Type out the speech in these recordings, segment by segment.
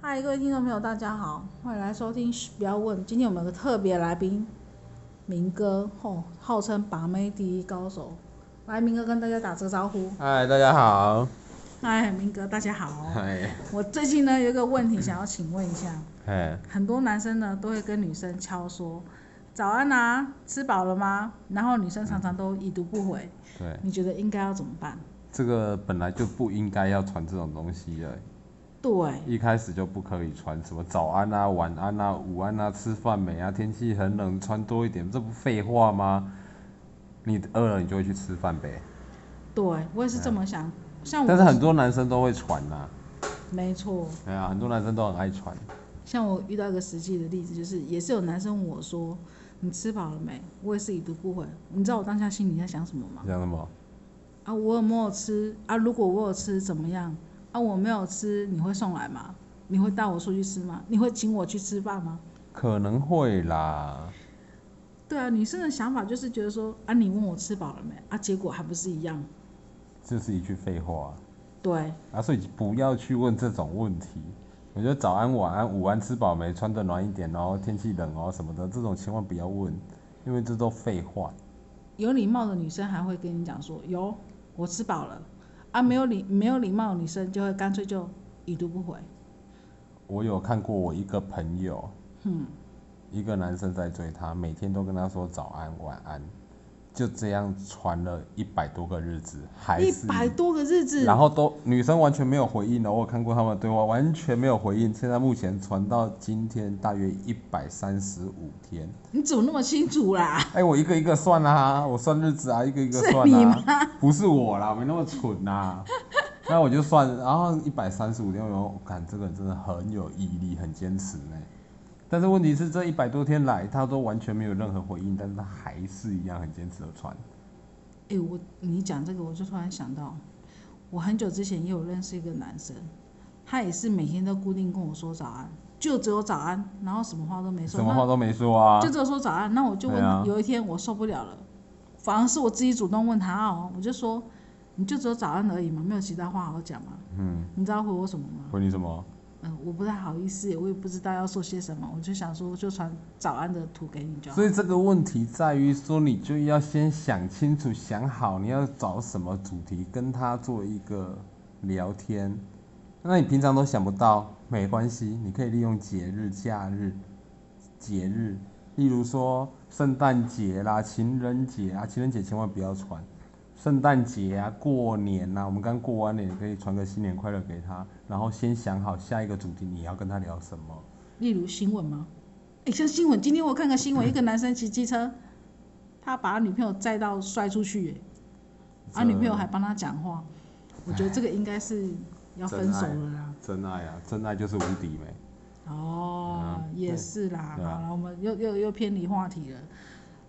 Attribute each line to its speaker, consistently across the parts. Speaker 1: 嗨，各位听众朋友，大家好，欢迎来收听。嘘不要问，今天我们有个特别来宾，明哥，吼、号称把妹第一高手。来，明哥跟大家打这个招呼。
Speaker 2: 嗨，大家好。
Speaker 1: 嗨，明哥，大家好。
Speaker 2: 嗨，
Speaker 1: 我最近呢有一个问题想要请问一下，
Speaker 2: 哎，
Speaker 1: 很多男生呢都会跟女生敲说：“早安啊，吃饱了吗？”然后女生常常都已读不回，
Speaker 2: 对，
Speaker 1: 你觉得应该要怎么办？
Speaker 2: 这个本来就不应该要传这种东西的，
Speaker 1: 对，
Speaker 2: 一开始就不可以传什么早安啊、晚安啊、午安啊、吃饭没啊、天气很冷，穿多一点，这不废话吗？你饿了你就会去吃饭呗。
Speaker 1: 对我也是这么想。像我，
Speaker 2: 但是很多男生都会传呐、
Speaker 1: 没错，
Speaker 2: 哎呀，很多男生都很爱传。
Speaker 1: 像我遇到一个实际的例子，就是也是有男生问我说：“你吃饱了没？”我也是已读不回。你知道我当下心里在想什么吗？
Speaker 2: 讲什么？
Speaker 1: 啊，我有没有吃？啊，如果我有吃怎么样？啊，我没有吃，你会送来吗？你会带我出去吃吗？你会请我去吃饭吗？
Speaker 2: 可能会啦。
Speaker 1: 对啊，女生的想法就是觉得说啊，你问我吃饱了没啊，结果还不是一样。
Speaker 2: 这是一句废话
Speaker 1: 对，
Speaker 2: 啊，所以不要去问这种问题。我觉得早安、晚安、午安吃饱没，穿的暖一点哦，天气冷哦什么的，这种千万不要问，因为这都废话。
Speaker 1: 有礼貌的女生还会跟你讲说有，我吃饱了。啊，没有礼没有礼貌的女生就会干脆就已读不回。
Speaker 2: 我有看过我一个朋友，
Speaker 1: 嗯，
Speaker 2: 一个男生在追她，每天都跟她说早安、晚安，就这样传了一百多个日子，还
Speaker 1: 一
Speaker 2: 是
Speaker 1: 百多个日子，
Speaker 2: 然后都女生完全没有回应哦，我有看过他们的对话，完全没有回应。现在目前传到今天大约一百三十五天。
Speaker 1: 你怎么那么清楚啦？
Speaker 2: 哎、我一个一个算啦、我算日子啊，一个一个算
Speaker 1: 是你
Speaker 2: 啦、不是我啦，没那么蠢呐、啊 那我就算，然后一百三十五天，我感这个人真的很有毅力，很坚持呢。但是问题是，这一百多天来，他都完全没有任何回应，但是他还是一样很坚持的传。
Speaker 1: 哎、我你讲这个，我就突然想到，我很久之前也有认识一个男生，他也是每天都固定跟我说早安，就只有早安，然后什么话都没说，
Speaker 2: 什么
Speaker 1: 那
Speaker 2: 话都没说啊
Speaker 1: 就。只有说早安。那我就问
Speaker 2: 对
Speaker 1: 他，
Speaker 2: 啊
Speaker 1: 有一天我受不了了，反而是我自己主动问他哦，我就说，你就只有早安而已嘛，没有其他话好讲嘛。
Speaker 2: 嗯，
Speaker 1: 你知道回我什么吗？
Speaker 2: 回你什么？
Speaker 1: 嗯、我不太好意思，我也不知道要说些什么，我就想说就传早安的图给你就好。
Speaker 2: 所以这个问题在于说，你就要先想清楚、想好你要找什么主题跟他做一个聊天。那你平常都想不到，没关系，你可以利用节日、假日、节日，例如说圣诞节啦、情人节啊，情人节千万不要传。圣诞节啊，过年呐、我们刚过完年，你可以传个新年快乐给他，然后先想好下一个主题你要跟他聊什么。
Speaker 1: 例如新闻吗？诶，像新闻，今天我看个
Speaker 2: 嗯
Speaker 1: 新闻，一个男生骑机车，他把他女朋友载到摔出去耶，他、
Speaker 2: 这
Speaker 1: 女朋友还帮他讲话，我觉得这个应该是要分手了啦。
Speaker 2: 真爱啊，真爱就是无敌没。
Speaker 1: 哦，
Speaker 2: 嗯
Speaker 1: 也
Speaker 2: 对
Speaker 1: 是啦。
Speaker 2: 对啊
Speaker 1: 好了，我们又又又偏离话题了。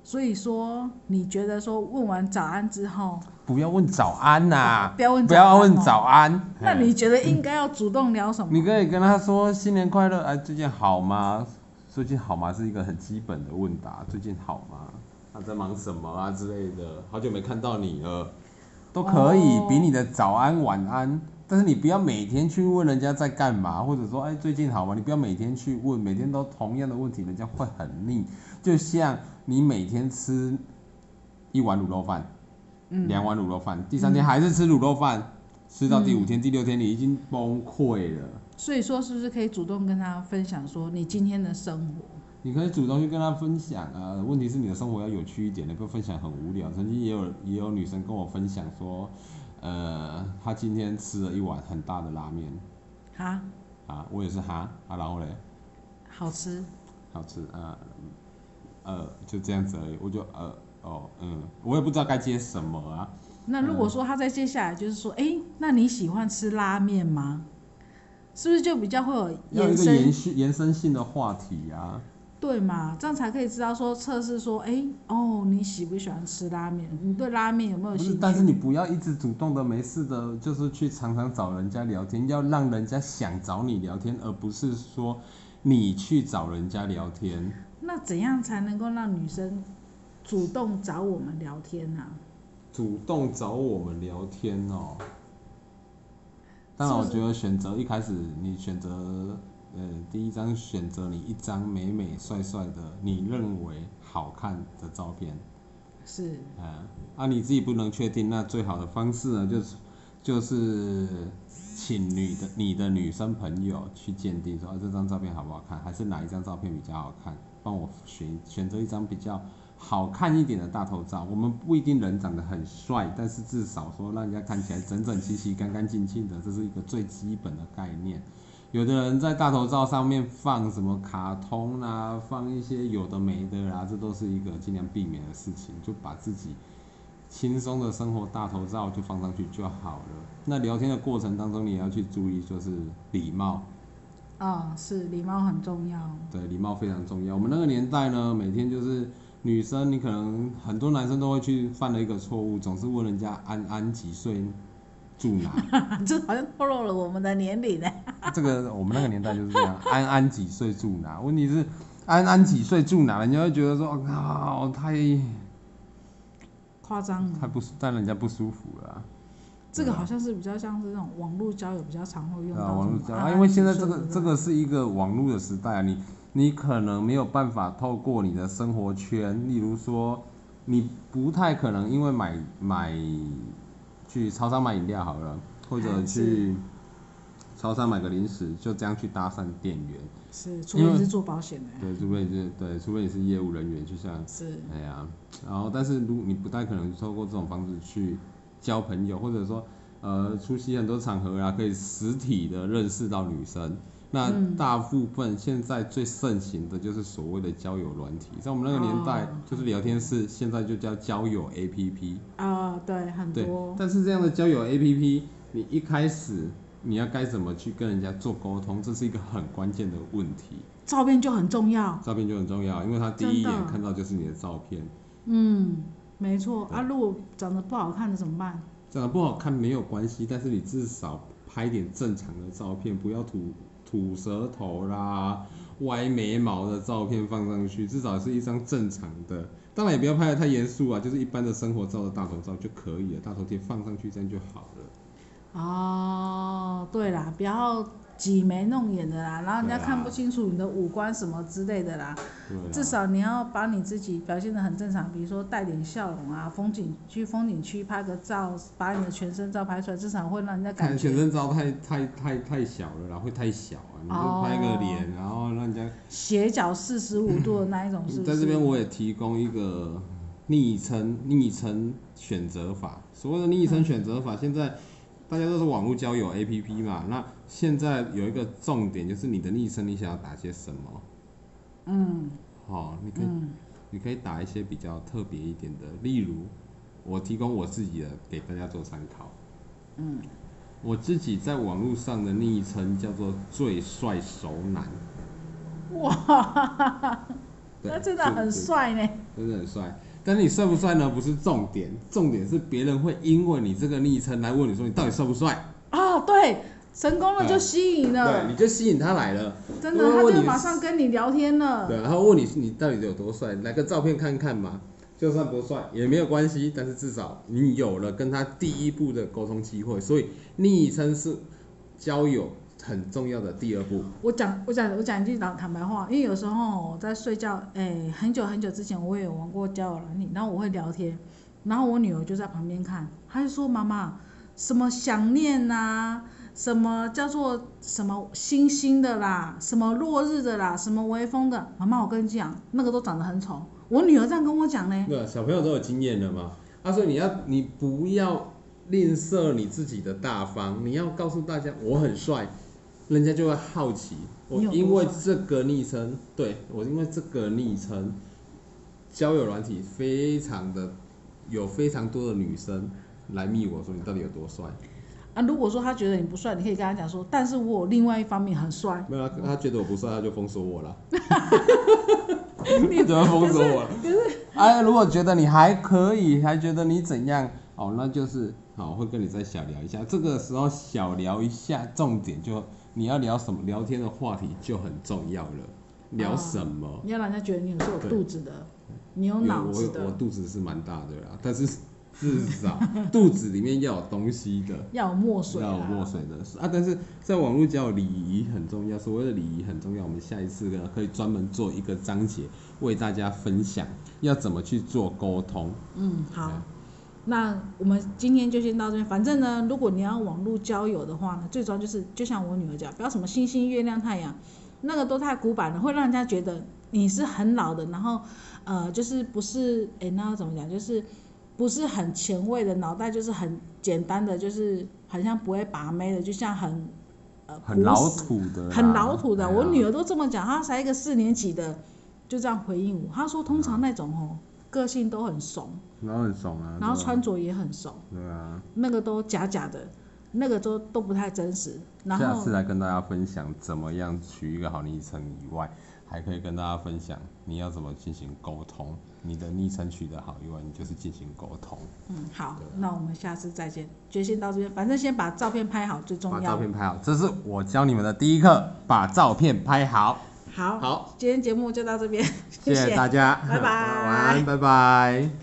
Speaker 1: 所以说，你觉得说问完早安之后，
Speaker 2: 不要问早安呐、
Speaker 1: 不要问
Speaker 2: 啊不要问
Speaker 1: 哦，
Speaker 2: 早安。啊嗯
Speaker 1: 那你觉得应该要主动聊什
Speaker 2: 嘿
Speaker 1: 么？
Speaker 2: 你可以跟他说新年快乐，哎，最近好吗？最近好吗是一个很基本的问答，最近好吗？他、在忙什么啊之类的，好久没看到你了，都可以，
Speaker 1: 哦
Speaker 2: 比你的早安晚安。但是你不要每天去问人家在干嘛，或者说哎最近好吗？你不要每天去问，每天都同样的问题，人家会很腻。就像你每天吃一碗卤肉饭，
Speaker 1: 嗯
Speaker 2: 两碗卤肉饭，第三天还是吃卤肉饭，吃到第五
Speaker 1: 嗯
Speaker 2: 天、第六天，你已经崩溃了。
Speaker 1: 所以说，是不是可以主动跟他分享说你今天的生活？
Speaker 2: 你可以主动去跟他分享啊，问题是你的生活要有趣一点，你不要分享很无聊。曾经也有也有女生跟我分享说，呃，她今天吃了一碗很大的拉面
Speaker 1: 啊，
Speaker 2: 啊，我也是哈啊，然后嘞，
Speaker 1: 好吃。
Speaker 2: 好吃啊，嗯呃，就这样子而已，我就呃哦嗯，我也不知道该接什么啊，
Speaker 1: 那如果说他在接下来就是说，哎、那你喜欢吃拉面吗？是不是就比较会有
Speaker 2: 要有一
Speaker 1: 延
Speaker 2: 个
Speaker 1: 伸
Speaker 2: 延续延伸性的话题啊。
Speaker 1: 对嘛？这样才可以知道说测试说，哎、哦，你喜不喜欢吃拉面？你对拉面有没有
Speaker 2: 不
Speaker 1: 兴
Speaker 2: 是，
Speaker 1: 趣？
Speaker 2: 但是你不要一直主动的没事的，就是去常常找人家聊天，要让人家想找你聊天，而不是说你去找人家聊天。
Speaker 1: 那怎样才能够让女生主动找我们聊天啊呢、
Speaker 2: 主动找我们聊天哦。当然，我
Speaker 1: 是不
Speaker 2: 觉得选择一开始你选择呃，第一张选择你一张美美帅帅的，你认为好看的照片，
Speaker 1: 是
Speaker 2: 啊，啊你自己不能确定，那最好的方式呢，就是就是请女的你的女生朋友去鉴定说，啊这张照片好不好看，还是哪一张照片比较好看，帮我选选择一张比较好看一点的大头照。我们不一定人长得很帅，但是至少说让人家看起来整整齐齐、干干净净的，这是一个最基本的概念。有的人在大头照上面放什么卡通啦、放一些有的没的啦、这都是一个尽量避免的事情，就把自己轻松的生活大头照就放上去就好了。那聊天的过程当中，你也要去注意，就是礼貌，
Speaker 1: 啊、是礼貌很重要。
Speaker 2: 对，礼貌非常重要。我们那个年代呢，每天就是女生，你可能很多男生都会去犯了一个错误，总是问人家安安几岁，住哪。
Speaker 1: 这好像透露了我们的年龄呢。
Speaker 2: 这个我们那个年代就是这样，安安几岁住哪？问题是安安几岁住哪，人家会觉得说，我、靠，太
Speaker 1: 夸张了。
Speaker 2: 太不舒，让人家不舒服了啊、
Speaker 1: 这个好像是比较像是那种网络交友比较常会
Speaker 2: 对
Speaker 1: 用
Speaker 2: 啊，
Speaker 1: 到
Speaker 2: 网
Speaker 1: 这
Speaker 2: 络
Speaker 1: 种
Speaker 2: 交
Speaker 1: 按
Speaker 2: 啊，
Speaker 1: 按
Speaker 2: 因为现在
Speaker 1: 钮
Speaker 2: 这
Speaker 1: 设
Speaker 2: 个
Speaker 1: 置
Speaker 2: 这个是一个网络的时代啊，你你可能没有办法透过你的生活圈，例如说，你不太可能因为买买去超商买饮料好了，或者
Speaker 1: 嗯
Speaker 2: 去超商买个零食，就这样去搭讪店员。
Speaker 1: 是，除
Speaker 2: 因
Speaker 1: 非
Speaker 2: 为
Speaker 1: 你是做保险的，
Speaker 2: 对，除非你是对，除非你是业务人员，就像
Speaker 1: 是
Speaker 2: 哎呀，然后但是如你不太可能透过这种方式去交朋友，或者说呃出席很多场合啊，可以实体的认识到女生。那
Speaker 1: 嗯
Speaker 2: 大部分现在最盛行的就是所谓的交友软体，在我们那个年代
Speaker 1: 哦
Speaker 2: 就是聊天室，现在就叫交友 APP。
Speaker 1: 啊，对，很
Speaker 2: 对
Speaker 1: 多，
Speaker 2: 但是这样的交友 APP，你一开始你要该怎么去跟人家做沟通，这是一个很关键的问题。
Speaker 1: 照片就很重要。
Speaker 2: 照片就很重要，因为他第一
Speaker 1: 啊真
Speaker 2: 眼
Speaker 1: 的
Speaker 2: 看到就是你的照片，
Speaker 1: 嗯，没错啊。如果长得不好看的怎么办？
Speaker 2: 长得不好看没有关系，但是你至少拍点正常的照片，不要吐吐舌头啦、歪眉毛的照片放上去，至少是一张正常的。当然也不要拍的太严肃啊，就是一般的生活照的大头照就可以了，大头贴放上去这样就好了。
Speaker 1: 哦，对啦，不要挤眉弄眼的啦，然后人家
Speaker 2: 对啊
Speaker 1: 看不清楚你的五官什么之类的啦。
Speaker 2: 对啊啦
Speaker 1: 至少你要把你自己表现得很正常，比如说带点笑容啊，风景去风景区拍个照，把你的全身照拍出来，至少会让人家感
Speaker 2: 看
Speaker 1: 觉
Speaker 2: 全身照太太太太小了啦，会太小啊，你就
Speaker 1: 哦
Speaker 2: 拍个脸，然后让人家
Speaker 1: 斜角四十五度的那一种，是不
Speaker 2: 嗯在
Speaker 1: 是？
Speaker 2: 这边我也提供一个昵称昵称选择法。所谓的昵
Speaker 1: 嗯
Speaker 2: 称选择法，现在大家都是网络交友 APP 嘛，那现在有一个重点就是你的昵称你想要打些什么？
Speaker 1: 嗯
Speaker 2: 好、你可以、
Speaker 1: 嗯，
Speaker 2: 你可以打一些比较特别一点的，例如我提供我自己的给大家做参考。
Speaker 1: 嗯，
Speaker 2: 我自己在网络上的昵称叫做“最帅熟男”。
Speaker 1: 哇，
Speaker 2: 对
Speaker 1: 那真的很
Speaker 2: 最
Speaker 1: 帅呢。
Speaker 2: 真的很帅。但是你帅不帅呢？不是重点，重点是别人会因为你这个昵称来问你说你到底帅不帅，
Speaker 1: 哦，对，成功了就吸引
Speaker 2: 对，
Speaker 1: 了，
Speaker 2: 你就吸引他来了。
Speaker 1: 真
Speaker 2: 因
Speaker 1: 的，
Speaker 2: 为
Speaker 1: 他
Speaker 2: 问
Speaker 1: 就
Speaker 2: 你
Speaker 1: 马上跟你聊天了。
Speaker 2: 对，然后问你你到底有多帅，来个照片看看嘛。就算不帅也没有关系，但是至少你有了跟他第一步的沟通机会，所以昵称是交友很重要的第二步。
Speaker 1: 我讲，我讲，我讲一句老坦白话，因为有时候我在睡觉，哎、很久很久之前我也有玩过交友软体，然后我会聊天，然后我女儿就在旁边看，她就说：“妈妈，什么想念呐、什么叫做什么星星的啦，什么落日的啦，什么微风的。”妈妈，我跟你讲，那个都长得很丑。我女儿这样跟我讲呢，
Speaker 2: 对啊，小朋友都有经验的嘛。啊，所以你要你不要吝啬你自己的大方，你要告诉大家我很帅，人家就会好奇。我
Speaker 1: 你有多
Speaker 2: 因为
Speaker 1: 帅
Speaker 2: 这个昵称，对我因为这个昵称，交友软体非常的有非常多的女生来密我说你到底有多帅？
Speaker 1: 啊，如果说她觉得你不帅，你可以跟她讲说，但是我有另外一方面很帅。
Speaker 2: 没有啊，他觉得我不帅，他就封锁我了。
Speaker 1: 你
Speaker 2: 怎么封锁我了？哎，如果觉得你还可以，还觉得你怎样，哦，那就是好，会跟你再小聊一下。这个时候小聊一下，重点就你要聊什么，聊天的话题就很重要了。聊什么？
Speaker 1: 你要让人家觉得你是有
Speaker 2: 对
Speaker 1: 肚子的，你有
Speaker 2: 因为
Speaker 1: 脑子
Speaker 2: 我
Speaker 1: 的
Speaker 2: 我。肚子是蛮大的啦，但是至少 肚子里面要有东西的，
Speaker 1: 要有墨水
Speaker 2: 要有
Speaker 1: 啊
Speaker 2: 墨水的啊。但是在网络交友礼仪很重要，所谓的礼仪很重要。我们下一次呢，可以专门做一个章节为大家分享要怎么去做沟通。
Speaker 1: 嗯，好，那我们今天就先到这边。反正呢，如果你要网络交友的话呢，最主要就是就像我女儿讲，不要什么星星、月亮、太阳，那个都太古板了，会让人家觉得你是很老的，然后呃，就是不是诶，那要怎么讲，就是不是很前卫的，脑袋就是很简单的，就是很像不会把妹的，就像很呃
Speaker 2: 很老
Speaker 1: 朴实
Speaker 2: 土的啦，
Speaker 1: 很老土的。
Speaker 2: 哎呀
Speaker 1: 我女儿都这么讲，她才一个四年级的，就这样回应我。她说，通常那种哦，个性都很怂，
Speaker 2: 然后很怂啊，
Speaker 1: 然后
Speaker 2: 对啊
Speaker 1: 穿着也很怂，
Speaker 2: 对啊，
Speaker 1: 那个都假假的，那个都都不太真实。然
Speaker 2: 下
Speaker 1: 后
Speaker 2: 次来跟大家分享怎么样取一个好昵称以外，还可以跟大家分享你要怎么进行沟通。你的昵称取得好以外，你就是进行沟通，
Speaker 1: 嗯，好
Speaker 2: 对啊，
Speaker 1: 那我们下次再见，就先到这边。反正先把照片拍好最
Speaker 2: 把
Speaker 1: 重
Speaker 2: 照
Speaker 1: 要。
Speaker 2: 片拍好，这是我教你们的第一课，把照片拍好。
Speaker 1: 好，
Speaker 2: 好，
Speaker 1: 今天节目就到这边，谢
Speaker 2: 谢谢大家，
Speaker 1: 拜拜
Speaker 2: 晚安，拜拜。